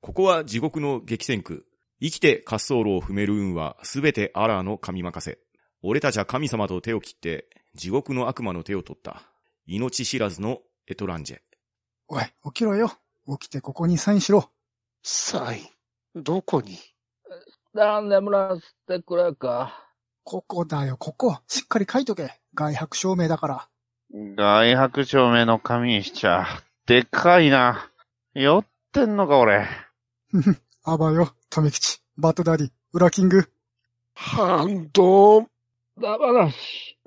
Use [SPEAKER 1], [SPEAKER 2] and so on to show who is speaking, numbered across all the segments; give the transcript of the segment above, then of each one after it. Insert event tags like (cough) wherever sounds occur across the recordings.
[SPEAKER 1] ここは地獄の激戦区。生きて滑走路を踏める運はすべてアラーの神任せ。俺たちは神様と手を切って、地獄の悪魔の手を取った。命知らずのエトランジェ。
[SPEAKER 2] おい、起きろよ。起きてここにサインしろ。
[SPEAKER 3] サイン、どこに
[SPEAKER 4] なんでもらせてくれか。
[SPEAKER 2] ここだよ、ここ。しっかり書いとけ。外泊証明だから。
[SPEAKER 3] 外白丁目の紙にしちゃ、でっかいな。酔ってんのか、俺。
[SPEAKER 2] あばよ、富吉、バトダディ、ウラキング。
[SPEAKER 3] ハンド
[SPEAKER 4] ダメだし。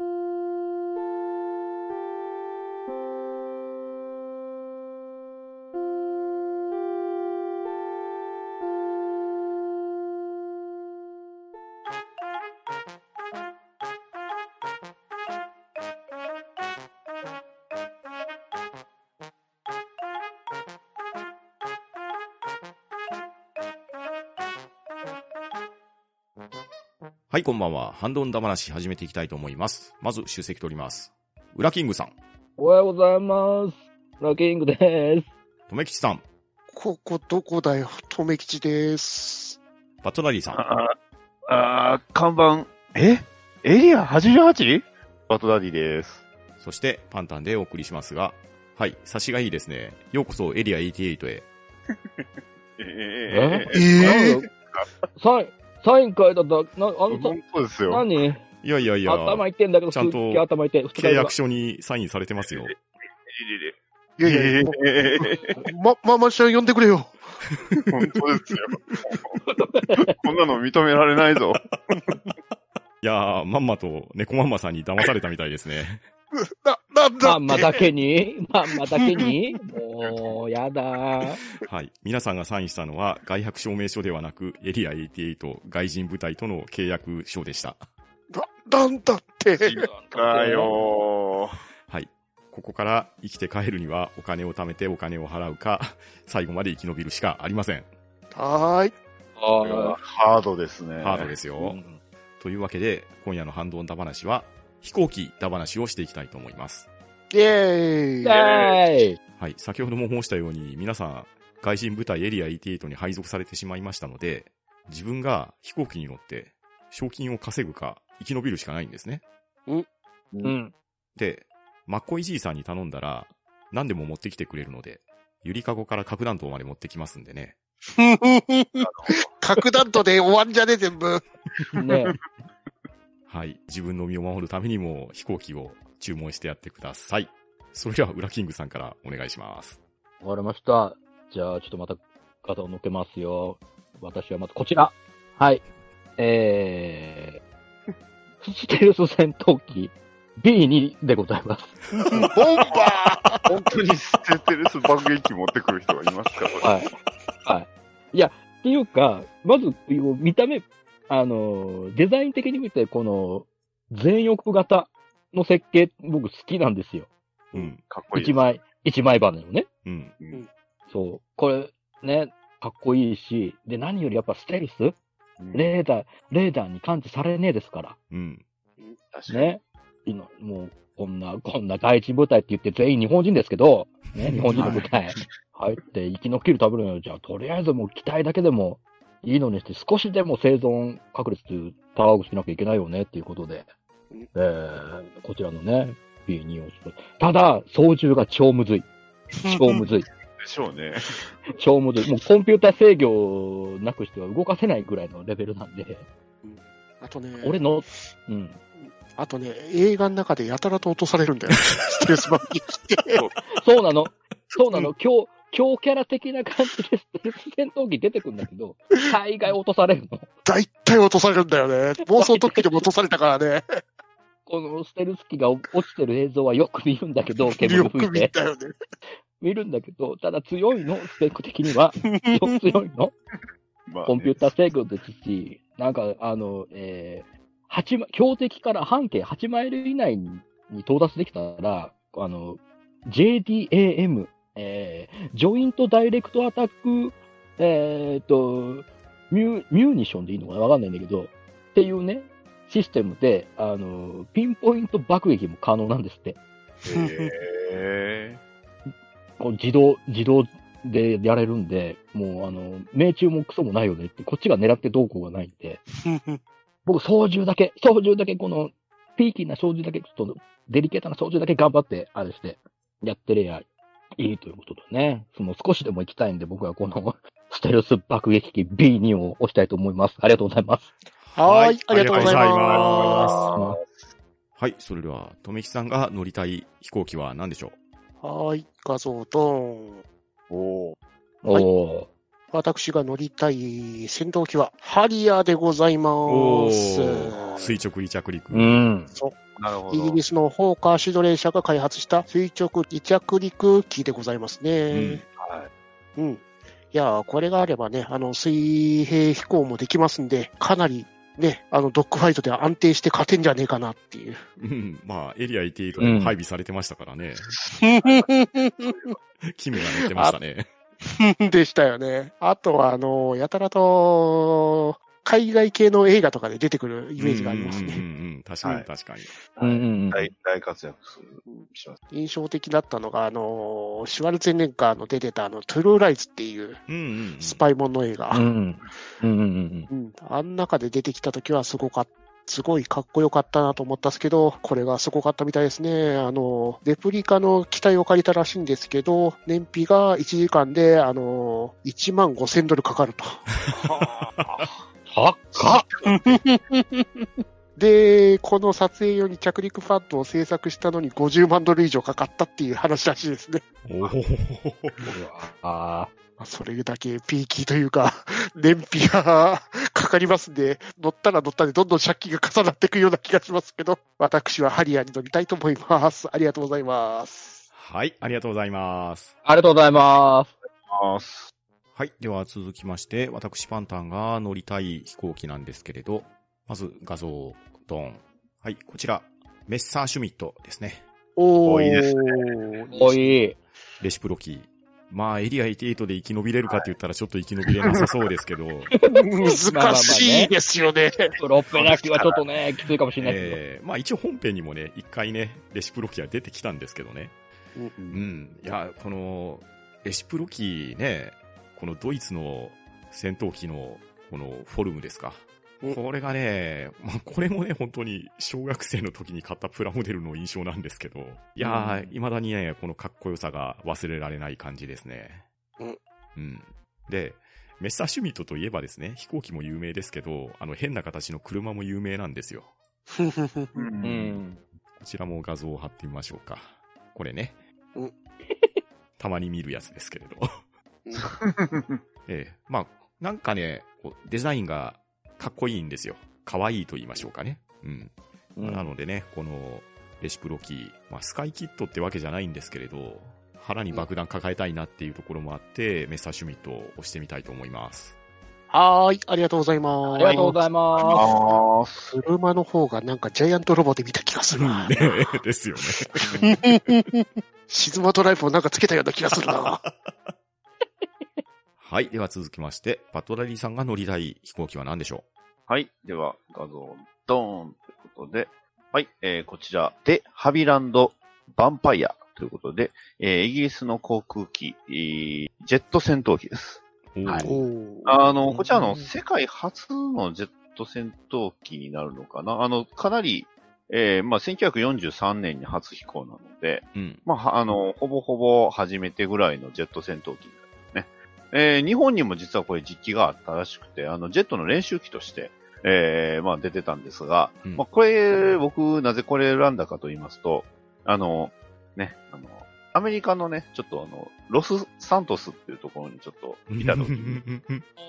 [SPEAKER 1] はい、こんばんは。ハンドンダ話始めていきたいと思います。まず、出席取ります。裏キングさん、
[SPEAKER 4] おはようございます。ラッキングです。
[SPEAKER 1] とめきちさん、
[SPEAKER 3] ここどこだよ、とめきちです。
[SPEAKER 1] バットダディさん、
[SPEAKER 3] あ、あ、看板、えエリア 88? バトダディです。
[SPEAKER 1] そして、パンタンでお送りしますが、はい、差しがいいですね。ようこそエリア88へ。
[SPEAKER 3] え
[SPEAKER 4] えなんだサイン、サイン書いたんだ。な、あのさ、
[SPEAKER 3] 当です。
[SPEAKER 1] い
[SPEAKER 4] 何
[SPEAKER 1] やいやいや、
[SPEAKER 4] 頭いってんだけど、
[SPEAKER 1] ちゃんと
[SPEAKER 4] すっげえ頭いって、
[SPEAKER 1] 契約書にサインされてますよ。
[SPEAKER 3] いやいやいや、
[SPEAKER 5] ま、まあ、マシャン呼んでくれよ。
[SPEAKER 3] 本当 (laughs) ですよ。こんなの認められないぞ。
[SPEAKER 1] いやー、まんまと猫まんまさんに騙されたみたいですね。
[SPEAKER 5] な、なんだ
[SPEAKER 4] まんまだ
[SPEAKER 1] (laughs)
[SPEAKER 4] けにまんまだけにもう、やだ。
[SPEAKER 1] はい。皆さんがサインしたのは、外泊証明書ではなく、エリア88外人部隊との契約書でした。
[SPEAKER 5] な、なんだって。
[SPEAKER 3] だよ
[SPEAKER 1] はい。ここから生きて帰るには、お金を貯めてお金を払うか、最後まで生き延びるしかありません。
[SPEAKER 5] はーい。
[SPEAKER 3] これはハードですね。
[SPEAKER 1] ハードですよ。というわけで、今夜のハンドンダ話は、飛行機ダ話をしていきたいと思います。
[SPEAKER 5] イェーイ。
[SPEAKER 4] イェーイ
[SPEAKER 1] はい。先ほども申したように、皆さん、外人部隊エリア88に配属されてしまいましたので、自分が飛行機に乗って、賞金を稼ぐか、生き延びるしかないんですね。
[SPEAKER 4] うん。
[SPEAKER 1] で、マッコイじいさんに頼んだら、何でも持ってきてくれるので、ゆりかごから核弾頭まで持ってきますんでね。
[SPEAKER 5] 核弾頭で終わんじゃねえ、全部。
[SPEAKER 4] ね
[SPEAKER 1] はい。自分の身を守るためにも飛行機を注文してやってください。それでは、ウラキングさんからお願いします。
[SPEAKER 4] わかりました。じゃあ、ちょっとまた画像を載っけますよ。私はまずこちら。はい。えー、 (laughs) ステルス戦闘機 B2 でございます。
[SPEAKER 5] ボンバー。
[SPEAKER 3] 本当に捨ててるス爆撃機持ってくる人がいますから、
[SPEAKER 4] はい。はい。いや、っていうか、まず、見た目、あの、デザイン的に見て、この、全翼型の設計、僕好きなんですよ。
[SPEAKER 1] うん。
[SPEAKER 3] かっこいい。
[SPEAKER 4] 一。枚、一枚羽のね。
[SPEAKER 1] うん。
[SPEAKER 4] そう。これ、ね、かっこいいし、で、何よりやっぱステルスレーダー、レーダーに感知されねえですから。
[SPEAKER 1] うん。
[SPEAKER 3] 確かに。
[SPEAKER 4] ね。今、もう、こんな、こんな第一部隊って言って全員日本人ですけど、ね、日本人の部隊入って生き残るためのじゃあ、とりあえずもう機体だけでもいいのにして、少しでも生存確率高くしなきゃいけないよねっていうことで、えー、こちらのね、B2 をちょっとただ、操縦が超むずい。超むずい。
[SPEAKER 3] でしょうね。
[SPEAKER 4] 超むずい。もうコンピューター制御なくしては動かせないぐらいのレベルなんで、
[SPEAKER 5] あとね、
[SPEAKER 4] 俺の、うん。
[SPEAKER 5] あとね、映画の中でやたらと落とされるんだよ。 (laughs) ステルス爆撃機って。
[SPEAKER 4] そうなの。そうなの。強、強キャラ的な感じでステルス戦闘機出てくんだけ
[SPEAKER 5] (laughs)
[SPEAKER 4] ど、大概落とされるの。
[SPEAKER 5] 大体落とされるんだよ
[SPEAKER 4] (laughs)
[SPEAKER 5] ね。妄想特急でも落とされたからね。
[SPEAKER 4] このステルス機が落ちてる映像はよく見るんだけど、煙
[SPEAKER 5] よ
[SPEAKER 4] 吹
[SPEAKER 5] く
[SPEAKER 4] い
[SPEAKER 5] 見
[SPEAKER 4] て。
[SPEAKER 5] た
[SPEAKER 4] (laughs)
[SPEAKER 5] よね。 (laughs)
[SPEAKER 4] 見るんだけど、ただ強いの、スペック的
[SPEAKER 5] (laughs)
[SPEAKER 4] には。強いの。
[SPEAKER 3] まあね
[SPEAKER 4] コンピューター制御ですし、なんか、あの、えー、八マ標的から半径8マイル以内に到達できたら、あの、JDAM、えー、ジョイントダイレクトアタック、えー、と、ミュミューニションでいいのかなわかんないんだけど、っていうね、システムで、あの、ピンポイント爆撃も可能なんですって。
[SPEAKER 3] へ
[SPEAKER 5] ー
[SPEAKER 3] え
[SPEAKER 4] こう自動、自動でやれるんで、もうあの、命中もクソもないよねって、こっちが狙ってどうこうがないんで、僕、操縦だけ、操縦だけ、この、ピーキーな操縦だけ、ちょっと、デリケートな操縦だけ頑張って、あれして、やってりゃいいということでね、その少しでも行きたいんで、僕はこの、ステルス爆撃機 B2 を押したいと思います。ありがとうございます。
[SPEAKER 5] はー
[SPEAKER 1] はい
[SPEAKER 5] い、ありがとうござい
[SPEAKER 1] ありがとうございます
[SPEAKER 5] ます。
[SPEAKER 1] はい、それでは、とめきさんが乗りたい飛行機は何でしょう
[SPEAKER 5] はーい、画像ドーン。
[SPEAKER 3] おー
[SPEAKER 5] はい
[SPEAKER 4] おー。
[SPEAKER 5] 私が乗りたい戦闘機は、ハリアーでございま
[SPEAKER 1] ー
[SPEAKER 5] す。
[SPEAKER 1] 垂直離着陸。
[SPEAKER 4] うん。
[SPEAKER 3] なるほ
[SPEAKER 5] イギ
[SPEAKER 3] ど
[SPEAKER 5] リ。スのホーカーシドレー社が開発した垂直離着陸機でございますね。うん。い、やー、これがあればね、あの、水平飛行もできますんで、かなりね、あの、ドッグファイトでは安定して勝てんじゃねえかなって (laughs) いう。
[SPEAKER 1] うん、まあ、エリア18でも配備されてましたからね。キムが乗ってましたね。
[SPEAKER 5] (laughs) でしたよね。あとは、あの、やたらと、海外系の映画とかで出てくるイメージがあります
[SPEAKER 1] うんう
[SPEAKER 5] ね。
[SPEAKER 1] んうんうん。確か
[SPEAKER 3] は
[SPEAKER 1] に
[SPEAKER 3] い
[SPEAKER 1] 確かに。
[SPEAKER 4] うんうんうん。
[SPEAKER 3] 大大活躍します。
[SPEAKER 5] 印象的だったのが、あの、シュワルツェネッガーの出てた、あの、トゥルーライズっていう
[SPEAKER 1] うんうんうん。
[SPEAKER 5] スパイモンの映画。
[SPEAKER 4] うんうん。うんうんう
[SPEAKER 5] う
[SPEAKER 4] ん
[SPEAKER 5] ん、あん中で出てきたときはすごかっすごいかっこよかったなと思ったんですけど、これがすごかったみたいですね。あの、レプリカの機体を借りたらしいんですけど、燃費が1時間で、あの、1万5000ドルかかると。
[SPEAKER 4] はっか
[SPEAKER 5] で、この撮影用に着陸パッドを制作したのに50万ドル以上かかったっていう話らしいですね。
[SPEAKER 1] おー
[SPEAKER 4] うわ
[SPEAKER 5] それだけピーキーというか、 (laughs) 燃費がかかりますんで、乗ったら乗ったでどんどん借金が重なっていくような気がしますけど、私はハリアーに乗りたいと思います。ありがとうございます。
[SPEAKER 1] はい、ありがとうございます。
[SPEAKER 4] ありがとうございます。
[SPEAKER 3] あーす
[SPEAKER 1] はい、では続きまして、私パンタンが乗りたい飛行機なんですけれど、まず画像、ドン。はい、こちら、メッサーシュミットですね。
[SPEAKER 5] お
[SPEAKER 3] お
[SPEAKER 5] ー
[SPEAKER 3] いいです
[SPEAKER 4] おい。
[SPEAKER 1] レシプロキー。まあ、エリア88で生き延びれるかって言ったらちょっと生き延びれなさそうですけど、
[SPEAKER 5] 難しいですよね。
[SPEAKER 4] プロペラ機はちょっとね、きついかもしれないですけど。
[SPEAKER 1] えーまあ一応本編にもね、一回ね、レシプロキーは出てきたんですけどね。うん。いや、この、レシプロキーね、このドイツの戦闘機の、このフォルムですか。
[SPEAKER 5] うん
[SPEAKER 1] これがね、まあ、これもね、本当に小学生の時に買ったプラモデルの印象なんですけど、いやー、未だにね、このかっこよさが忘れられない感じですね。
[SPEAKER 5] うん。
[SPEAKER 1] うん。で、メッサーシュミットといえばですね、飛行機も有名ですけど、あの変な形の車も有名なんですよ。
[SPEAKER 3] う。
[SPEAKER 4] うんん。
[SPEAKER 1] こちらも画像を貼ってみましょうか。これね
[SPEAKER 5] うん。
[SPEAKER 1] たまに見るやつですけれど。 (laughs) ええ。まあ、なんかね、こうデザインがかっこいいんですよ。可愛いと言いましょうかね。うん。
[SPEAKER 4] うん
[SPEAKER 1] なのでね、このレシプロキー、まあ、スカイキットってわけじゃないんですけれど、腹に爆弾抱えたいなっていうところもあって、メッサーシュミットを押してみたいと思い
[SPEAKER 4] (laughs)
[SPEAKER 1] ます。
[SPEAKER 5] (laughs) はーい、ありがとうございます。
[SPEAKER 4] ありがとうございま
[SPEAKER 3] あーす
[SPEAKER 5] 車の方がなんかジャイアントロボで見た気がする。
[SPEAKER 1] ねですよね。
[SPEAKER 4] す。うん
[SPEAKER 5] シズマトライフをなんかつけたような気がするな。
[SPEAKER 1] はい。では続きまして、パトラリーさんが乗りたい飛行機は何でしょ
[SPEAKER 3] はい。では、画像、ドーンということで。はい。えーこちら、で、ハビランド・ヴァンパイアということで、えーイギリスの航空機、えージェット戦闘機です。
[SPEAKER 1] う
[SPEAKER 4] はい
[SPEAKER 1] おー
[SPEAKER 5] おー
[SPEAKER 3] あの、こちらあ
[SPEAKER 5] うん
[SPEAKER 3] の、世界初のジェット戦闘機になるのかなあの、かなり、えーまあ、1943年に初飛行なので、
[SPEAKER 1] うん。
[SPEAKER 3] まあ、あの、ほぼほぼ初めてぐらいのジェット戦闘機になりますね。えー日本にも実はこれ実機があったらしくて、あの、ジェットの練習機として、えーまあ、出てたんですが、
[SPEAKER 1] うん
[SPEAKER 3] まあ、これ、僕、なぜこれ選んだかと言いますと、あの、ね、あの、アメリカのね、ちょっとあの、ロスサントスっていうところにちょっといた時
[SPEAKER 4] (laughs)
[SPEAKER 3] に、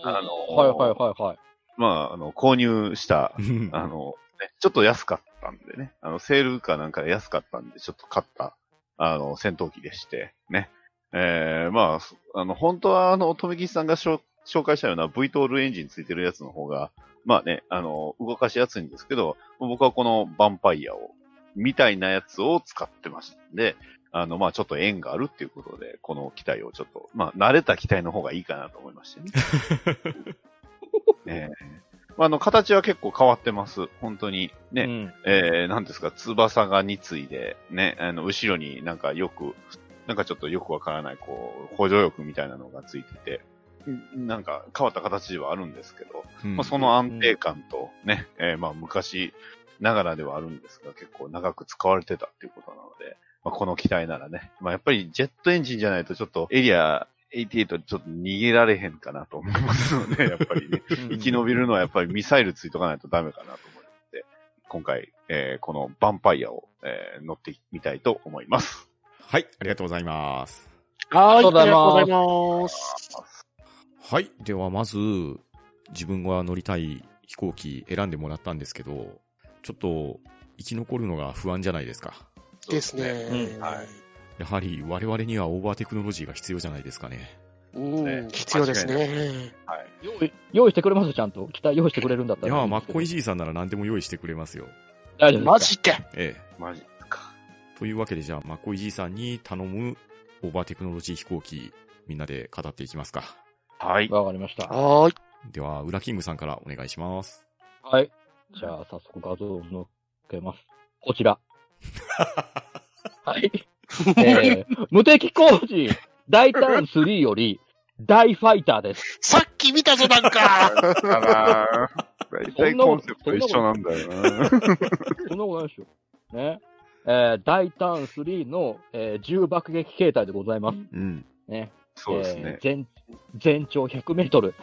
[SPEAKER 3] あの、
[SPEAKER 4] はいはいはいはい。
[SPEAKER 3] まあ、あの、購入した、
[SPEAKER 1] うん
[SPEAKER 3] あの、ね、ちょっと安かったんでね、あの、セールかなんかで安かったんで、ちょっと買った、あの、戦闘機でして、ね。えー、まあそ、あの、本当は、あの、富木さんがしょ紹介したような V トールエンジンついてるやつの方が、まあね、あの、動かしやすいんですけど、僕はこのヴァンパイアを、みたいなやつを使ってましたんで、あの、まあ、ちょっと縁があるっていうことで、この機体をちょっと、まあ、慣れた機体の方がいいかなと思いまして
[SPEAKER 4] (laughs)
[SPEAKER 3] ね。ええまあ、あの、形は結構変わってます。本当に。ね、
[SPEAKER 4] うん
[SPEAKER 3] えー、なんですか、翼が2ついで、ね、あの、後ろになんかよく、なんかちょっとよくわからない、こう、補助翼みたいなのがついてて、んなんか変わった形ではあるんですけど、
[SPEAKER 1] うん
[SPEAKER 3] まあ、その安定感とね、えーまあ昔ながらではあるんですが、結構長く使われてたっていうことなので、まあ、この機体ならね、まあ、やっぱりジェットエンジンじゃないとちょっとエリア88ちょっと逃げられへんかなと思いますの
[SPEAKER 1] (laughs)
[SPEAKER 3] で、やっぱりね、生き延びるのはやっぱりミサイルついとかないとダメかなと思って、今回、えーこのバンパイアを、えー乗ってみたいと思います。
[SPEAKER 1] はい、ありがとうございます。
[SPEAKER 5] はい、あ
[SPEAKER 4] あ
[SPEAKER 5] り
[SPEAKER 4] り
[SPEAKER 5] が
[SPEAKER 4] が
[SPEAKER 5] とう
[SPEAKER 4] とう
[SPEAKER 5] ご
[SPEAKER 4] ご
[SPEAKER 5] ざい
[SPEAKER 4] ざい
[SPEAKER 5] ます。
[SPEAKER 1] はい、ではまず、自分が乗りたい飛行機選んでもらったんですけど、ちょっと生き残るのが不安じゃないですか。
[SPEAKER 5] ですね。
[SPEAKER 3] うんはい
[SPEAKER 1] やはり我々にはオーバーテクノロジーが必要じゃないですかね。
[SPEAKER 5] うん、必要ですね。
[SPEAKER 4] 用意用意してくれますちゃんと。機体用意してくれるんだっ
[SPEAKER 1] い
[SPEAKER 4] た
[SPEAKER 1] や
[SPEAKER 4] ら。
[SPEAKER 1] ー、マッコイジーさんなら何でも用意してくれますよ。
[SPEAKER 4] 大丈夫ですか
[SPEAKER 5] マジで。
[SPEAKER 1] え
[SPEAKER 3] マジか。
[SPEAKER 1] え。というわけでじゃあ、マッコイジーさんに頼むオーバーテクノロジー飛行機、みんなで語っていきますか。
[SPEAKER 3] はい。
[SPEAKER 4] わかりました。
[SPEAKER 5] はーい。
[SPEAKER 1] では、ウラキングさんからお願いします。
[SPEAKER 4] はい。じゃあ、早速画像を載っけます。こち
[SPEAKER 3] (laughs)
[SPEAKER 4] ら。はい。えー、無敵工事、大胆3より、大ファイターです。
[SPEAKER 5] さっき見たぞ、なんか。
[SPEAKER 3] だから、大体コンセプト一緒なんだよな。
[SPEAKER 4] そんなことないですよ。ね。えー、大胆3の、えー、重爆撃形態でございます。
[SPEAKER 1] うん。
[SPEAKER 4] ね。
[SPEAKER 3] そうですね。
[SPEAKER 4] えー全、全長100メートル。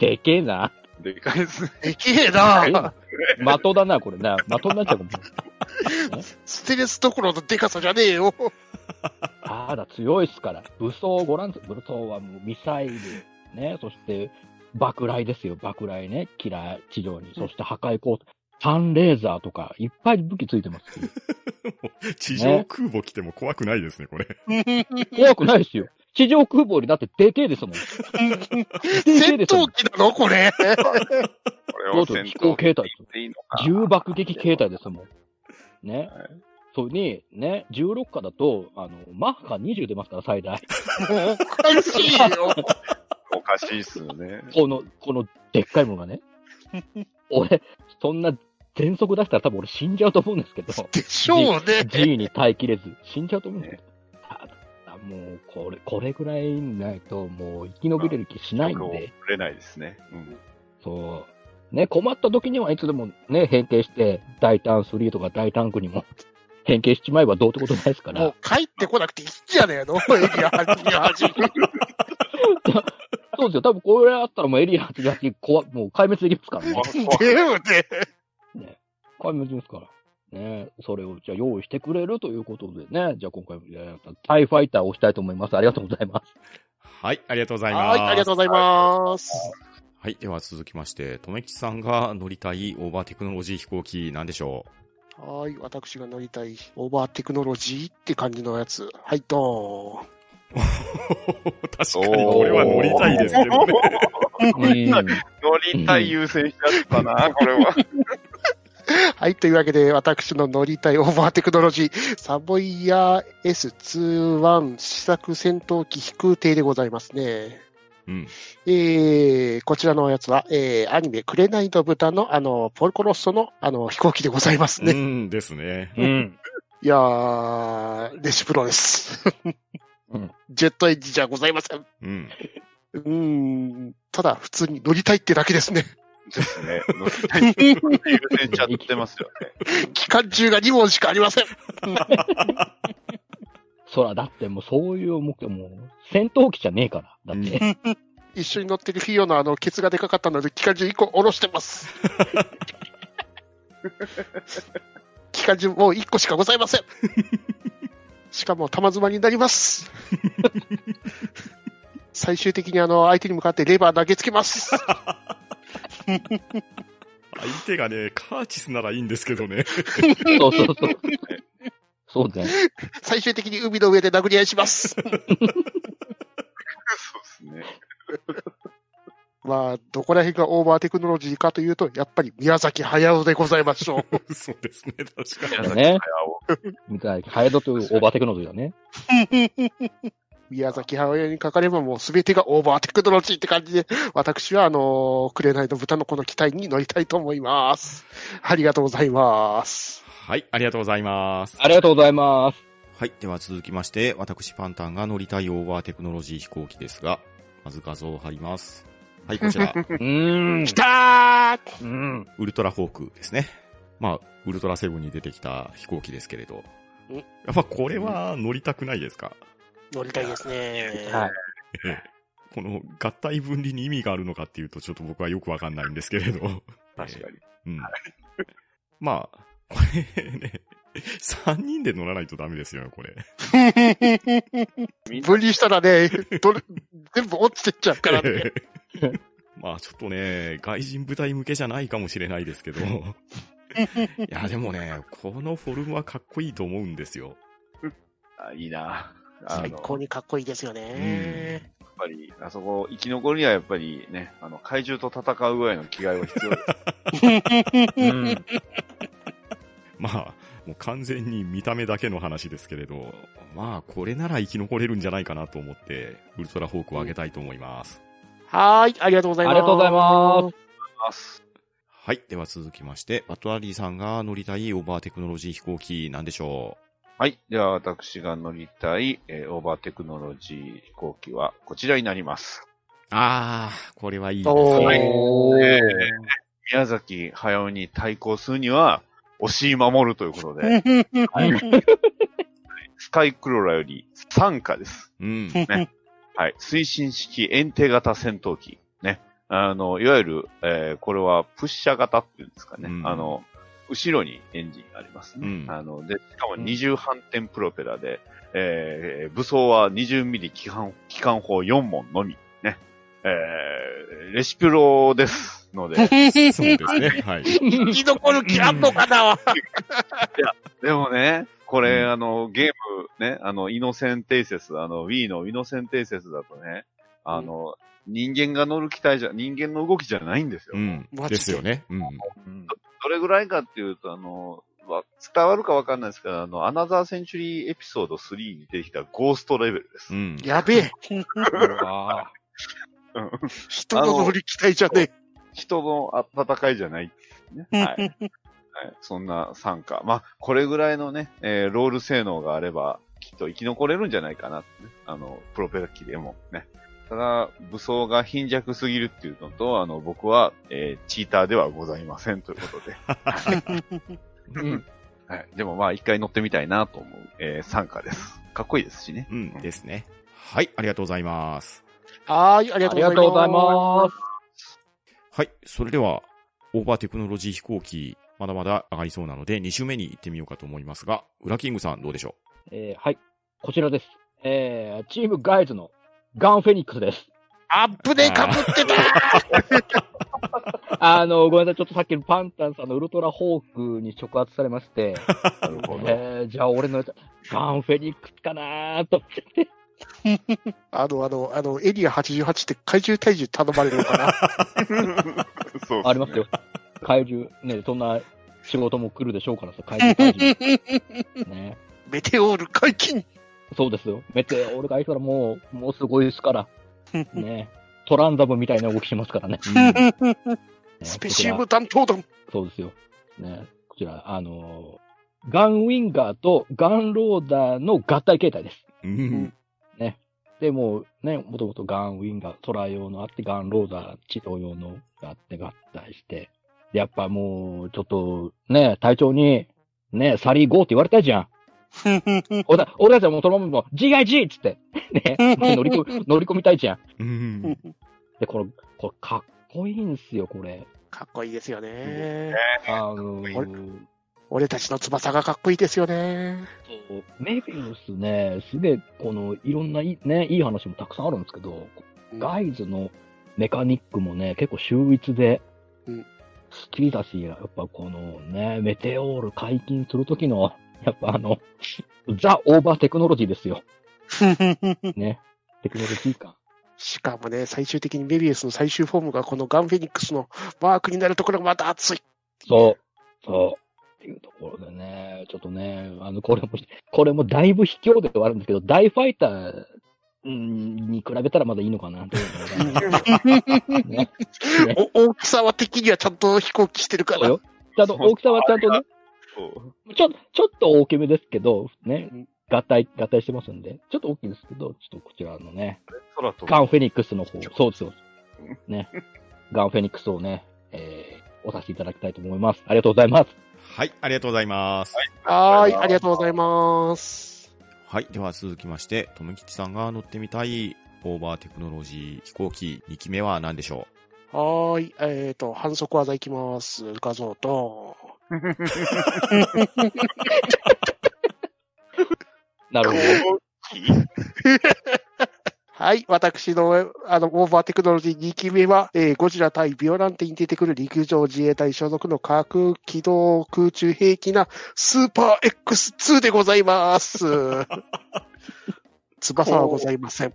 [SPEAKER 4] でけえな。
[SPEAKER 3] でかいですね。
[SPEAKER 5] でけえな
[SPEAKER 4] (laughs) え。的だな、これな。的になっちゃうかも。
[SPEAKER 5] ステレスどころのデカさじゃねえよ。
[SPEAKER 4] ただ強いっすから。武装をご覧つ、武装はもうミサイル、ね、そして爆雷ですよ、爆雷ね、キラー地上に。そして破壊光、サンレーザーとか、いっぱい武器ついてます
[SPEAKER 1] 地
[SPEAKER 4] し。
[SPEAKER 1] 上空母来ても怖くないですね、これ。
[SPEAKER 4] 怖くないですよ。地上空母にだってでけえですもん。でけえ
[SPEAKER 5] 戦
[SPEAKER 4] ですもん
[SPEAKER 5] 闘。機なのこれ。
[SPEAKER 3] これを戦
[SPEAKER 4] 飛
[SPEAKER 3] 闘
[SPEAKER 4] 行形態
[SPEAKER 3] でいいのか。
[SPEAKER 4] 重爆撃形態ですもん。ね
[SPEAKER 3] は。
[SPEAKER 4] そうに、ね、16下だと、あの、マッハ20出ますから、最大。
[SPEAKER 5] もうおかしいよ。
[SPEAKER 3] おかしいっすよね。
[SPEAKER 4] この、このでっかいものがね。俺、そんな全速出したら多分俺死んじゃうと思うんですけど、
[SPEAKER 5] でしょうね。
[SPEAKER 4] G に耐えきれず死んじゃうと思うんですけど、ただもうこれ、これぐらいないともう生き延びれる気しないん
[SPEAKER 3] 曲を
[SPEAKER 4] で、
[SPEAKER 3] 触れないですね。うん。
[SPEAKER 4] そう。ね、困った時にはいつでもね、変形して、大胆3とか大タンクにも変形しちまえばどうってことないですか
[SPEAKER 5] も
[SPEAKER 4] ら
[SPEAKER 5] う、帰ってこなくていいんじゃねえのエリア88。
[SPEAKER 4] そうですよ。多分これあったらもうエリア88、こわもう壊滅できます (laughs) からね。
[SPEAKER 5] でよね。
[SPEAKER 4] 壊滅ですから。ねそれをじゃあ用意してくれるということでね、じゃあ今回もやったタイファイターを押したいと思います。ありがとうございます。
[SPEAKER 1] はい、ありがとうございます。
[SPEAKER 5] はい、ありがとうございます。
[SPEAKER 1] はい、では続きまして、とめきちさんが乗りたいオーバーテクノロジー飛行機なんでしょ
[SPEAKER 5] はい、私が乗りたいオーバーテクノロジーって感じのやつ。はい、どーン。
[SPEAKER 1] う (laughs) 確かにこれは乗りたいですけどね。
[SPEAKER 3] 乗りたい優先しちゃったな、これは。
[SPEAKER 5] (laughs) はい、というわけで、私の乗りたいオーバーテクノロジー、サボイヤー S21 試作戦闘機飛空艇でございますね。
[SPEAKER 1] うん。
[SPEAKER 5] えー、こちらのやつは、えー、アニメ、紅の豚の、あの、ポルコロッソの、あの、飛行機でございますね。
[SPEAKER 1] うんですね。
[SPEAKER 4] うん。
[SPEAKER 5] いやー、レシプロです。
[SPEAKER 4] うん
[SPEAKER 5] ジェットエンジンじゃございません。
[SPEAKER 1] うん。
[SPEAKER 5] うーん、ただ、普通に乗りたいってだけですね。 (laughs)
[SPEAKER 3] ですね。乗りたい優先しちゃってますよね。
[SPEAKER 5] 機関銃が2本しかありません。
[SPEAKER 4] そら、だってもうそういう目標、もう戦闘機じゃねえから。だって、
[SPEAKER 5] 一緒に乗ってるフィオのあの、ケツがでかかったので、機関銃1個下ろして
[SPEAKER 4] (laughs)
[SPEAKER 5] ます。機関銃もう1個しかございません。しかも、玉詰まりになります。最終的にあの、相手に向かってレバー投げつけます。
[SPEAKER 1] 相手がね、カーチスならいいんですけどね。 (laughs)
[SPEAKER 4] (laughs) そうそうそう。そうだよ。
[SPEAKER 5] 最終的に海の上で殴り合いします。
[SPEAKER 3] そうですね。
[SPEAKER 5] まあ、どこら辺がオーバーテクノロジーかというと、やっぱり宮崎駿でございまし
[SPEAKER 4] (laughs)
[SPEAKER 5] ょう。
[SPEAKER 1] そうですね、確かに。
[SPEAKER 3] 宮
[SPEAKER 4] だ
[SPEAKER 3] 崎
[SPEAKER 4] ね
[SPEAKER 3] 駿。
[SPEAKER 4] みたいな、ハイドというオーバーテクノロジーだね。
[SPEAKER 5] 宮崎駿にかかればもう全てがオーバーテクノロジーって感じで、私はあのー、紅の豚のこの機体に乗りたいと思います。ありがとうございます。
[SPEAKER 1] はい、ありがとうございます。
[SPEAKER 4] ありがとうございます。
[SPEAKER 1] はい。では続きまして、私パンタンが乗りたいオーバーテクノロジー飛行機ですが、まず画像を貼ります。はい、こち
[SPEAKER 5] (laughs)
[SPEAKER 1] ら。
[SPEAKER 4] うーん
[SPEAKER 5] 来。たー
[SPEAKER 4] うん。
[SPEAKER 1] ウルトラホークですね。まあ、ウルトラセブンに出てきた飛行機ですけれど。
[SPEAKER 5] ん
[SPEAKER 1] やっぱこれは乗りたくないですか
[SPEAKER 5] 乗りたいですね。
[SPEAKER 4] はい。
[SPEAKER 1] この合体分離に意味があるのかっていうとちょっと僕はよくわかんないんですけれど。
[SPEAKER 3] 確かに。
[SPEAKER 1] うん。まあ、これね、3人で乗らないとダメですよね、これ。
[SPEAKER 5] 分離したらね、どれ全部落ちてっちゃう
[SPEAKER 4] (laughs)
[SPEAKER 5] からね。
[SPEAKER 1] まあちょっとね、外人部隊向けじゃないかもしれないですけど。いや、でもね、このフォルムはかっこいいと思うんですよ。
[SPEAKER 3] あいいな。あの、
[SPEAKER 5] 最
[SPEAKER 3] やっ
[SPEAKER 5] 高にかっこいいですよね。
[SPEAKER 3] ぱり、あそこ、生き残りにはやっぱりね、あの、怪獣と戦うぐらいの気概は必要です。 (laughs)
[SPEAKER 4] うん。
[SPEAKER 1] まあ、もう完全に見た目だけの話ですけれど、まあこれなら生き残れるんじゃないかなと思って、ウルトラホークをあげたいと思います。
[SPEAKER 5] はーい、ありがとうございます。。
[SPEAKER 4] ありがとうございます
[SPEAKER 1] はい。では続きまして、バトラリーさんが乗りたいオーバーテクノロジー飛行機なんでしょ
[SPEAKER 3] はい。では、私が乗りたい、えーオーバーテクノロジー飛行機はこちらになります。
[SPEAKER 1] うあー、これはいいです
[SPEAKER 5] お
[SPEAKER 1] ね。
[SPEAKER 5] ー。
[SPEAKER 3] えー宮崎駿に対抗するには、押し守るということで、スカイクロラより3下です。
[SPEAKER 1] うん。
[SPEAKER 3] はい。推進式遠程型戦闘機。ね。あの、いわゆる、えーこれはプッシャー型っていうんですかね。
[SPEAKER 1] うん
[SPEAKER 3] あの、後ろにエンジンがありますね。
[SPEAKER 1] うん
[SPEAKER 3] あの、で、しかも二重反転プロペラで、えー武装は20ミリ機関、機関砲4門のみ。ね。えーレシピロですの
[SPEAKER 5] (laughs)
[SPEAKER 3] で、
[SPEAKER 1] そうですね。はい。
[SPEAKER 5] 生き残る気あんのかな
[SPEAKER 3] でもね、これ、
[SPEAKER 1] うん
[SPEAKER 3] あの、ゲーム、ね、あの、イノセンテイセス、あの、Wii のイノセンテイセスだとね、あの、人間が乗る機体じゃ、人間の動きじゃないんですよ。
[SPEAKER 1] うん。
[SPEAKER 5] マジで
[SPEAKER 1] ですよね。うん。
[SPEAKER 3] どれぐらいかっていうと、あの、わ伝わるかわかんないですけど、あの、アナザーセンチュリーエピソード3に出てきたゴーストレベルです。
[SPEAKER 1] うん。
[SPEAKER 5] やべえ。
[SPEAKER 4] あ
[SPEAKER 3] うん
[SPEAKER 5] 人の乗り期待じゃね
[SPEAKER 3] 人の戦いじゃないっていうね。はい。はい、そんな参加。まあ、これぐらいのね、えーロール性能があれば、きっと生き残れるんじゃないかなってね、あの、プロペラ機でもね。ただ、武装が貧弱すぎるっていうのと、あの、僕は、えーチーターではございませんということで。
[SPEAKER 4] あ。 (laughs) うん。
[SPEAKER 3] (laughs) はい。でもまあ、一回乗ってみたいなと思う、えー参加です。かっこいいですし
[SPEAKER 4] (laughs)
[SPEAKER 3] ね。
[SPEAKER 1] うん。ですね。はい。ありがとうございます。
[SPEAKER 5] え。はーい、ありが
[SPEAKER 4] あ
[SPEAKER 5] と
[SPEAKER 4] りが
[SPEAKER 5] う
[SPEAKER 4] とう
[SPEAKER 5] ご
[SPEAKER 4] ご
[SPEAKER 5] ざ
[SPEAKER 4] ざ
[SPEAKER 5] い
[SPEAKER 4] い
[SPEAKER 5] ま
[SPEAKER 4] ます。
[SPEAKER 1] はい。それでは、オーバーテクノロジー飛行機、まだまだ上がりそうなので、2周目に行ってみようかと思いますが、ウラキングさんどうでしょ
[SPEAKER 4] (laughs) えーはい。こちらです。えーチームガイズのガンフェニックスです。
[SPEAKER 5] す。アップでかぶってた
[SPEAKER 4] あの、ごめんなさい。ちょっとさっきのパンタンさんのウルトラホークに触発されまして、
[SPEAKER 3] なるほど。
[SPEAKER 4] えーじゃあ俺のガンフェニックスかなーと。
[SPEAKER 5] あの、あの、あの、エリア88って怪獣体重頼まれるのかな
[SPEAKER 3] そう
[SPEAKER 4] ありますよ。怪獣、ね、そんな仕事も来るでしょうからさ、怪獣、怪獣。ね。
[SPEAKER 5] メテオール解禁
[SPEAKER 4] そうですよ。メテオールがいたらもう、もうすごいですから。ね。トランザムみたいな動きしますからね。
[SPEAKER 1] う、うん、
[SPEAKER 4] ね
[SPEAKER 5] スペシウム弾頭弾
[SPEAKER 4] こちらそうですよ。ね。こちら、あのーガンウィンガーとガンローダーの合体形態です。
[SPEAKER 1] うん。
[SPEAKER 4] で、もうね、もともとガンウィンガー、トラ用のあって、ガンローダー、治療用のがあって合体して。でやっぱもう、ちょっと、ね、隊長に、ね、サリーゴーって言われたじゃん。俺た俺たちはもうそのままもう GIG! っつって、ね、乗り込み乗り込みたいじゃん。
[SPEAKER 1] うん。
[SPEAKER 4] で、これ、これかっこいいんすよ、これ。
[SPEAKER 5] かっこいいですよね。
[SPEAKER 4] あの
[SPEAKER 5] かっ
[SPEAKER 4] ー、
[SPEAKER 5] 俺たちの翼がかっこいいですよね。
[SPEAKER 4] そうメビウスね、すげえ、この、いろんないい、ね、いい話もたくさんあるんですけど、ガイズのメカニックもね、結構秀逸で、
[SPEAKER 5] うん
[SPEAKER 4] 好きだし、やっぱこのね、メテオール解禁するときの、やっぱあの、ザ・オーバーテクノロジーですよ。ね。テクノロジー感。
[SPEAKER 5] しかもね、最終的にメビウスの最終フォームがこのガンフェニックスのマークになるところがまた熱い。
[SPEAKER 4] そう。そう。っていうところでね、ちょっとね、あの、これも、これもだいぶ卑怯ではあるんですけど、大ファイターうんに比べたらまだいいのかなと思うのがね。ね
[SPEAKER 5] お大きさは敵にはちゃんと飛行機してるか
[SPEAKER 4] そう
[SPEAKER 5] ら。
[SPEAKER 4] よ。ちゃんと大きさはちゃんとね、
[SPEAKER 3] そう
[SPEAKER 4] ちょ、ちょっと大きめですけど、ね
[SPEAKER 5] うん。
[SPEAKER 4] 合体、合体してますんで、ちょっと大きいですけど、ちょっとこちらのね、
[SPEAKER 3] 空飛ぶ
[SPEAKER 4] ガンフェニックスの方、そうですよ。ね。ガンフェニックスをね、えー、おさせていただきたいと思います。ありがとうございます。
[SPEAKER 1] はい、ありがとうございます。
[SPEAKER 5] はーい、ありがとうございます。
[SPEAKER 1] はい。では続きまして、とめきちさんが乗ってみたいオーバーテクノロジー飛行機2機目は何でしょ
[SPEAKER 5] はーい、えっ、と、反則技いきます。画像と。
[SPEAKER 4] なるほど。
[SPEAKER 5] はい、私の、あの、オーバーテクノロジー2期目は、えーゴジラ対ビオランテに出てくる陸上自衛隊所属の滑空機動空中兵器なスーパー X2 でございます。 (laughs) 翼はございません。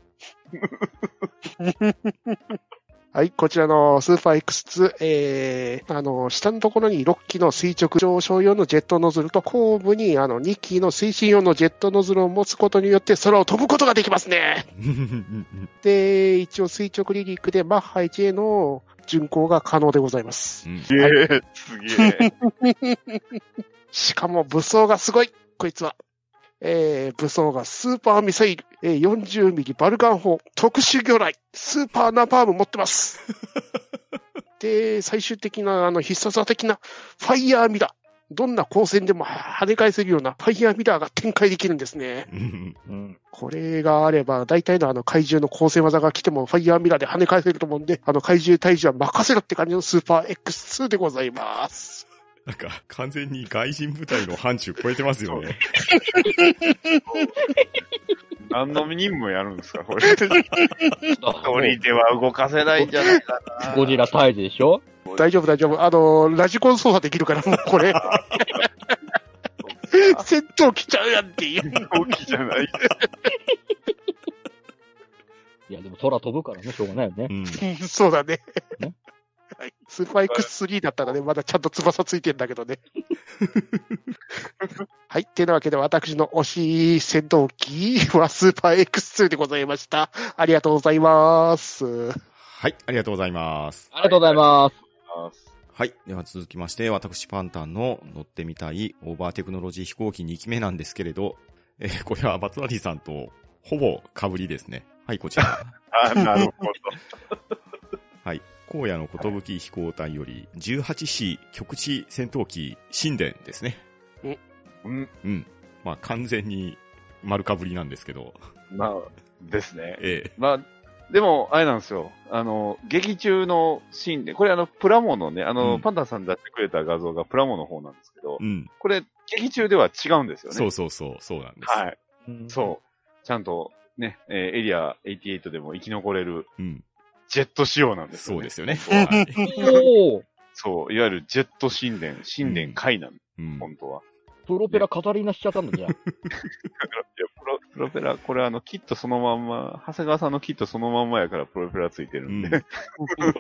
[SPEAKER 5] はい、こちらのスーパー X2、えー、あの、下のところに6機の垂直上昇用のジェットノズルと、後部にあの2機の推進用のジェットノズルを持つことによって空を飛ぶことができますね。
[SPEAKER 1] ううん
[SPEAKER 5] で、一応垂直離陸でマッハ 1A の巡航が可能でございます。
[SPEAKER 3] すげえ、すげえ。
[SPEAKER 5] しかも武装がすごいこいつは。えー、武装がスーパーミサイル、えー、40ミリバルガン砲、特殊魚雷、スーパーナパーム持ってます。で、最終的な、あの、必殺技的な、ファイヤーミラー。どんな光線でもは跳ね返せるようなファイヤーミラーが展開できるんですね。
[SPEAKER 1] うん
[SPEAKER 4] うん。
[SPEAKER 5] これがあれば、大体のあの怪獣の構成技が来ても、ファイヤーミラーで跳ね返せると思うんで、あの怪獣退治は任せろって感じのスーパー X2 でございます。
[SPEAKER 1] なんか、完全に外人部隊の範疇超えてますよね。
[SPEAKER 3] 何の任務やるんです (laughs) か、これ。一人では動かせないんじゃないかな。
[SPEAKER 4] ゴジラ退治でしょ
[SPEAKER 5] 大丈夫、大丈夫。あの、ラジコン操作できるから、もうこれ。戦闘来ちゃうやんっていう。
[SPEAKER 3] 飛行機じゃない。
[SPEAKER 4] いや、でも空飛ぶからね、しょうがないよね
[SPEAKER 1] う。ん。
[SPEAKER 5] (laughs) そうだね
[SPEAKER 4] ね。
[SPEAKER 5] はいスーパー X3 だったらね、まだちゃんと翼ついてんだけどね。 (laughs) はい。てなわけで、私の推し戦闘機はスーパー X2 でございました。ありがとうございます。
[SPEAKER 1] はい、ありがとうございます。
[SPEAKER 4] ありがとうございます。
[SPEAKER 1] はい。では続きまして、私パンタンの乗ってみたいオーバーテクノロジー飛行機2機目なんですけれど、えーこれはバツナリーさんとほぼ被りですね。はい、こちら。
[SPEAKER 3] あなるほど。
[SPEAKER 1] はい。荒野の寿飛行隊より 18C 極地戦闘機神殿ですね。
[SPEAKER 3] うん、
[SPEAKER 1] うん。まあ完全に丸かぶりなんですけど。
[SPEAKER 3] まあ、ですね。
[SPEAKER 1] ええ。
[SPEAKER 3] まあ、でも、あれなんですよ。あの、劇中のシーンで、これあの、プラモのね、あの、
[SPEAKER 1] うん
[SPEAKER 3] パンダさん出してくれた画像がプラモの方なんですけど、
[SPEAKER 1] うん。
[SPEAKER 3] これ、劇中では違うんですよね。
[SPEAKER 1] そうそうそう、そうなんです。
[SPEAKER 3] はい。そう。ちゃんと、ね、えーエリア88でも生き残れる
[SPEAKER 1] うん。
[SPEAKER 3] ジェット仕様なんです
[SPEAKER 1] そ
[SPEAKER 3] よ
[SPEAKER 1] う
[SPEAKER 3] ね。
[SPEAKER 1] ですよね。
[SPEAKER 3] (laughs) 本当
[SPEAKER 1] は
[SPEAKER 3] は
[SPEAKER 1] い。
[SPEAKER 4] おお
[SPEAKER 3] そう。いわゆるジェット神殿、神殿海なんです、
[SPEAKER 1] うん。
[SPEAKER 3] (laughs) 本当は。
[SPEAKER 4] プロペラカタリーナしちゃったんだじゃん。
[SPEAKER 3] だからいやプロプロペラ、これあの、キットそのまんま、長谷川さんのキットそのまんまやからプロペラついてるんで、
[SPEAKER 1] うん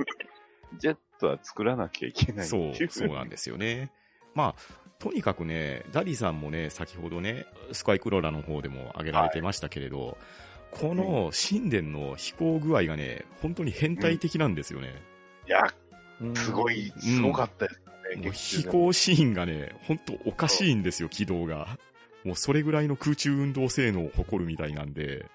[SPEAKER 3] (laughs) ジェットは作らなきゃいけない (laughs) って
[SPEAKER 1] そ、
[SPEAKER 3] いう
[SPEAKER 1] そうなんですよね。まあ、とにかくね、ダリさんもね、先ほどね、スカイクローラの方でも挙げられてましたけれど、この神殿の飛行具合がね、本当に変態的なんですよね。
[SPEAKER 3] いや、
[SPEAKER 4] うん
[SPEAKER 3] すご。い、すごかったですね、
[SPEAKER 1] もう
[SPEAKER 3] 劇
[SPEAKER 1] 飛
[SPEAKER 3] 中でも
[SPEAKER 1] 行シーンがね、ほんとおかしいんですよ、軌道が。もうそれぐらいの空中運動性能を誇るみたいなんで、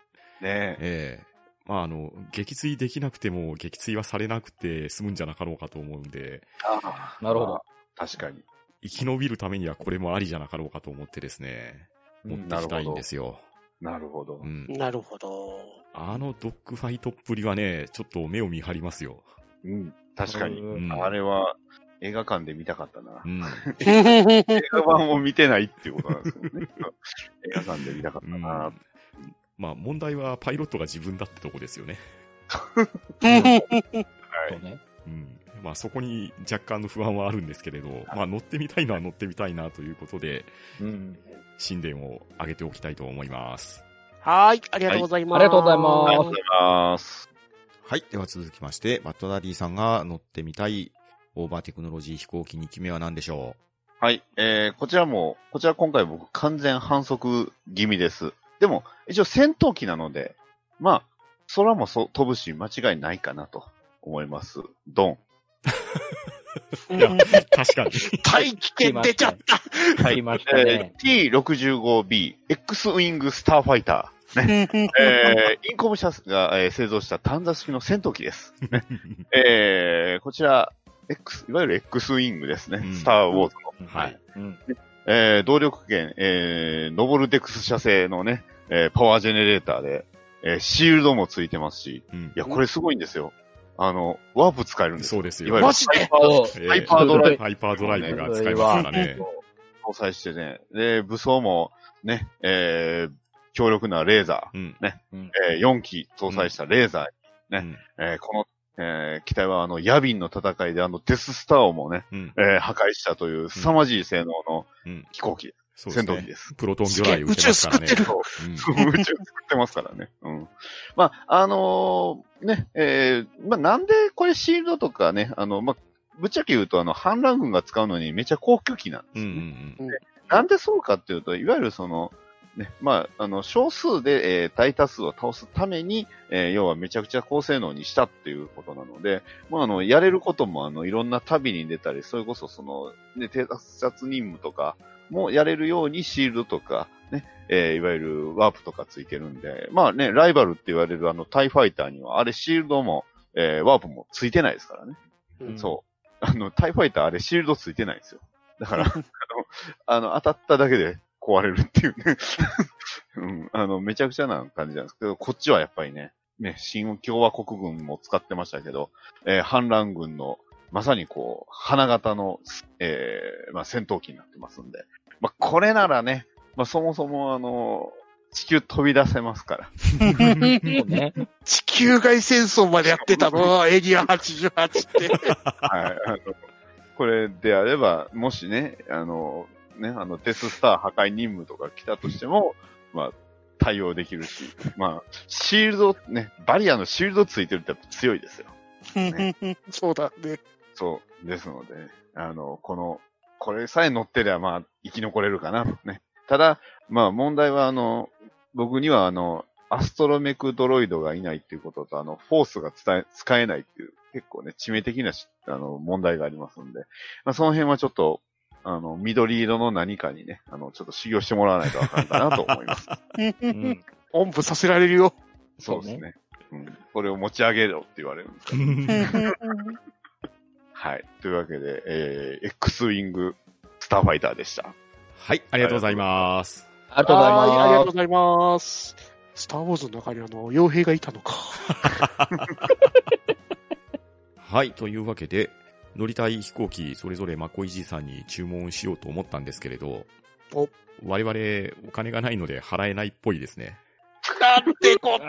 [SPEAKER 3] ねえ。
[SPEAKER 1] ええまああの、撃墜できなくても、撃墜はされなくて済むんじゃなかろうかと思うんで、
[SPEAKER 3] ああ
[SPEAKER 4] なるほど
[SPEAKER 3] まあ確かに。
[SPEAKER 1] 生き延びるためにはこれもありじゃなかろうかと思ってですね、持ってきたいんですよ。
[SPEAKER 3] なるほど
[SPEAKER 1] う。ん。
[SPEAKER 5] なるほど。
[SPEAKER 1] あのドッグファイトっぷりはね、ちょっと目を見張りますよ。
[SPEAKER 3] うん。確かに。
[SPEAKER 1] うん
[SPEAKER 3] あれは、映画館で見たかったな
[SPEAKER 1] う。
[SPEAKER 3] (laughs)
[SPEAKER 1] ん。
[SPEAKER 3] 映画版を見てないっていうことなんですよね。 (laughs) 映画館で見たかった
[SPEAKER 1] うん
[SPEAKER 3] な。
[SPEAKER 1] まあ問題はパイロットが自分だってとこですよね。
[SPEAKER 4] そうね。
[SPEAKER 1] うん。まあそこに若干の不安はあるんですけれど、まあ乗ってみたいのは乗ってみたいなということで、
[SPEAKER 4] うん。
[SPEAKER 1] 神殿を上げておきたいと思います。
[SPEAKER 5] (laughs) はい、ありがとうございます。
[SPEAKER 4] ありがとうございます
[SPEAKER 3] ありがとうございます。
[SPEAKER 1] はい。では続きまして、バッドダディさんが乗ってみたいオーバーテクノロジー飛行機2機目は何でしょ
[SPEAKER 3] はい。えー、こちらも、こちら今回僕完全反則気味です。でも、一応戦闘機なので、まあ、空もそ飛ぶし間違いないかなと思います。ドン。
[SPEAKER 5] うん
[SPEAKER 1] いや確かに。
[SPEAKER 5] 大気圏出ちゃった。
[SPEAKER 4] 買いましたね。
[SPEAKER 3] えー T65B、X ウィングスターファイター。ね。え (laughs) ーインコム社が、えー製造した短座式の戦闘機 (laughs) です。えーこちら、X、いわゆる X ウィングですね。
[SPEAKER 1] うん
[SPEAKER 3] スターウォーズ
[SPEAKER 1] (laughs)
[SPEAKER 3] の。
[SPEAKER 1] はい。
[SPEAKER 4] うん。
[SPEAKER 3] えー動力源、えーノボルデックス社製のね、えーパワージェネレーターで、えーシールドもついてますし、
[SPEAKER 1] うん
[SPEAKER 3] いや、これすごいんですよ。あの、ワープ使えるんです
[SPEAKER 1] そ
[SPEAKER 3] よ。
[SPEAKER 1] うです
[SPEAKER 3] い
[SPEAKER 1] よ。
[SPEAKER 3] わゆる
[SPEAKER 5] マジで
[SPEAKER 3] ハイパー
[SPEAKER 4] そう
[SPEAKER 1] えー
[SPEAKER 3] ハイパードライ
[SPEAKER 1] ハイパードライブが使えますからね。
[SPEAKER 3] 搭載してね、で、武装もね、えー強力なレーザ
[SPEAKER 1] うん。
[SPEAKER 3] ー、えー4機搭載したレーザー、
[SPEAKER 1] うん
[SPEAKER 3] えーこの、えー機体はあの、ヤビンの戦いであの、デススターをもね、
[SPEAKER 1] うん。
[SPEAKER 3] えー破壊したという凄まじい性能の
[SPEAKER 1] うん
[SPEAKER 3] 飛行機、
[SPEAKER 1] そうで
[SPEAKER 3] 戦
[SPEAKER 1] す
[SPEAKER 3] 闘機
[SPEAKER 1] ね。
[SPEAKER 3] です。
[SPEAKER 1] プロトン魚雷撃
[SPEAKER 5] 宇
[SPEAKER 1] てま
[SPEAKER 5] 宙
[SPEAKER 1] すから
[SPEAKER 5] 救っ
[SPEAKER 1] ね
[SPEAKER 5] て。る。
[SPEAKER 1] うん
[SPEAKER 3] 宇宙作ってますからね。うん。まあ、あのーね、えーまあ、なんでこれシールドとかね、あの、まあ、ぶっちゃけ言うと、あの、反乱軍が使うのにめっちゃ高級機なんです
[SPEAKER 1] うん
[SPEAKER 3] よ
[SPEAKER 1] う
[SPEAKER 3] ね。
[SPEAKER 1] ん
[SPEAKER 3] なんでそうかっていうと、いわゆるその、ね、まあ、あの、少数で、えー大多数を倒すために、えー要はめちゃくちゃ高性能にしたっていうことなので、まあ、あの、やれることも、あの、いろんな旅に出たり、それこそその、ね、偵察任務とかもやれるようにシールドとか、ね、えーいわゆるワープとかついてるんで、まあね、ライバルって言われるあの、タイファイターには、あれシールドも、えーワープもついてないですからね。
[SPEAKER 5] うん
[SPEAKER 3] そう。あの、タイファイターあれシールドついてないんですよ。だから、あの、あの当たっただけで壊れるっていうね。 (laughs) うん、あの、めちゃくちゃな感じなんですけど、こっちはやっぱりね、ね、新共和国軍も使ってましたけど、えー反乱軍の、まさにこう、花形の、えーまあ、戦闘機になってますんで。まあ、これならね、まあ、そもそもあの、地球飛び出せますから。
[SPEAKER 1] うん。
[SPEAKER 4] そうね。
[SPEAKER 5] 地球外戦争までやってたの、エリア88って。
[SPEAKER 3] はい。あの、これであれば、もしね、あの、ね、あの、デススター破壊任務とか来たとしても、まあ、対応できるし、まあ、シールド、ね、バリアのシールドついてるってやっぱ強いですよ。
[SPEAKER 5] そうだね。
[SPEAKER 3] そう。ですので、あの、この、これさえ乗ってりゃ、まあ、生き残れるかな、とね。ただ、まあ、問題は、あの、僕には、あの、アストロメクドロイドがいないっていうことと、あの、フォースが伝え使えないっていう、結構ね、致命的なし、あの、問題がありますんで、まあ、その辺はちょっと、あの、緑色の何かにね、あの、ちょっと修行してもらわないとあかんかなと思います。
[SPEAKER 4] うん。
[SPEAKER 5] おんぶさせられるよ。
[SPEAKER 3] そうですね。うん。これを持ち上げろって言われるんですけどはい。というわけで、えー、X ウィングスターファイターでした。
[SPEAKER 1] はい、ありがとうございます。
[SPEAKER 4] ありがとうございます。
[SPEAKER 5] はいありがとうございます。スター・ウォーズの中にあの、傭兵がいたのか。
[SPEAKER 1] はい、というわけで、乗りたい飛行機、それぞれマコイジさんに注文しようと思ったんですけれど、
[SPEAKER 5] お
[SPEAKER 1] 我々、お金がないので払えないっぽいですね。
[SPEAKER 5] なんてこっ
[SPEAKER 3] そ
[SPEAKER 5] た
[SPEAKER 3] っ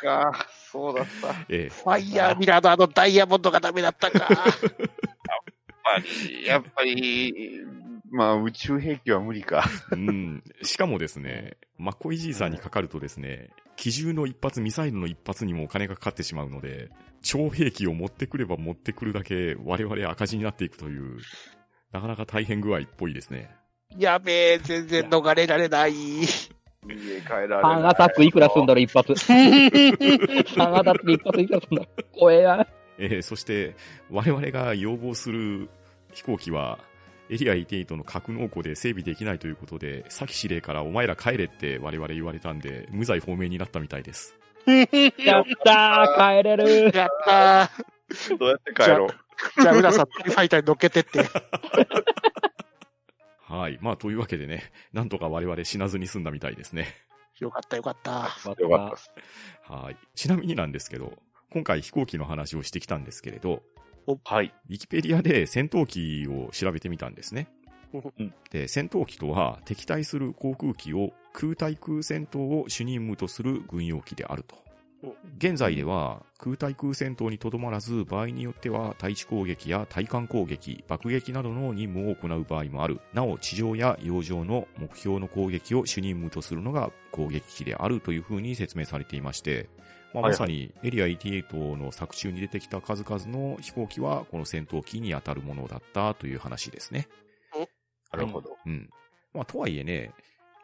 [SPEAKER 3] か、そうだった。
[SPEAKER 1] え
[SPEAKER 5] ファイヤーミラーのあのダイヤモンドがダメだった (laughs) か。
[SPEAKER 3] やっぱり、まあ宇宙兵器は無理か。
[SPEAKER 1] えうん。しかもですね、マコイジさんにかかるとですね、機銃の一発、ミサイルの一発にもお金がかかってしまうので、超兵器を持ってくれば持ってくるだけ、我々赤字になっていくという、なかなか大変具合っぽいですね。
[SPEAKER 5] やべえ、全然逃れられない。
[SPEAKER 3] 家帰られない
[SPEAKER 4] パンアタックいくらすんだろ、一発。パンアタック一発いくらすんだろ。怖えな。
[SPEAKER 1] えーそして、我々が要望する飛行機は、エリア88の格納庫で整備できないということで、さき司令からお前ら帰れって我々言われたんで、無罪放免になったみたいです。
[SPEAKER 4] やったー、帰れる。
[SPEAKER 5] やった
[SPEAKER 3] どうやって帰ろう。
[SPEAKER 5] ー。じゃあ、浦さん、ファイターに乗っけてって。
[SPEAKER 1] はい。まあ、というわけでね、なんとか我々死なずに済んだみたいですね。
[SPEAKER 5] よかった、よかった。
[SPEAKER 3] よかったっす。
[SPEAKER 1] はい。ちなみになんですけど、今回飛行機の話をしてきたんですけれど、
[SPEAKER 3] はい。
[SPEAKER 1] ウィキペディアで戦闘機を調べてみたんですね。
[SPEAKER 4] うん
[SPEAKER 1] で戦闘機とは敵対する航空機を空対空戦闘を主任務とする軍用機であると
[SPEAKER 5] お。
[SPEAKER 1] 現在では空対空戦闘にとどまらず場合によっては対地攻撃や対艦攻撃、爆撃などの任務を行う場合もある。なお地上や洋上の目標の攻撃を主任務とするのが攻撃機であるというふうに説明されていまして、まあ、
[SPEAKER 3] はいはい
[SPEAKER 1] まさにエリア88の作中に出てきた数々の飛行機はこの戦闘機に当たるものだったという話ですね。
[SPEAKER 3] なるほど。
[SPEAKER 1] うん。まあ、とはいえね、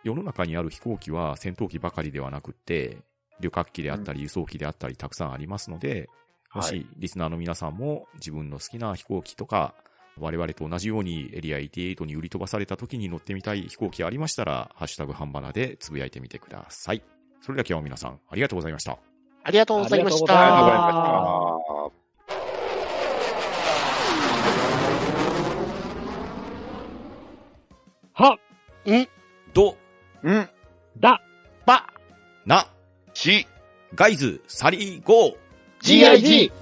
[SPEAKER 1] 世の中にある飛行機は戦闘機ばかりではなくって、旅客機であったり輸送機であったりたくさんありますので、もし、リスナーの皆さんも自分の好きな飛行機とか、我々と同じようにエリア88に売り飛ばされた時に乗ってみたい飛行機ありましたら、ハッシュタグ半ばなでつぶやいてみてください。それでは今日も皆さん、ありがとうございました。
[SPEAKER 5] ありがとうございまし。
[SPEAKER 4] ありがとうございました
[SPEAKER 3] あー
[SPEAKER 4] は、
[SPEAKER 1] ど、
[SPEAKER 3] うん、
[SPEAKER 4] だ、
[SPEAKER 5] ば、
[SPEAKER 1] な、
[SPEAKER 3] し、
[SPEAKER 1] ガイズ、サリー、ゴー
[SPEAKER 5] GIG!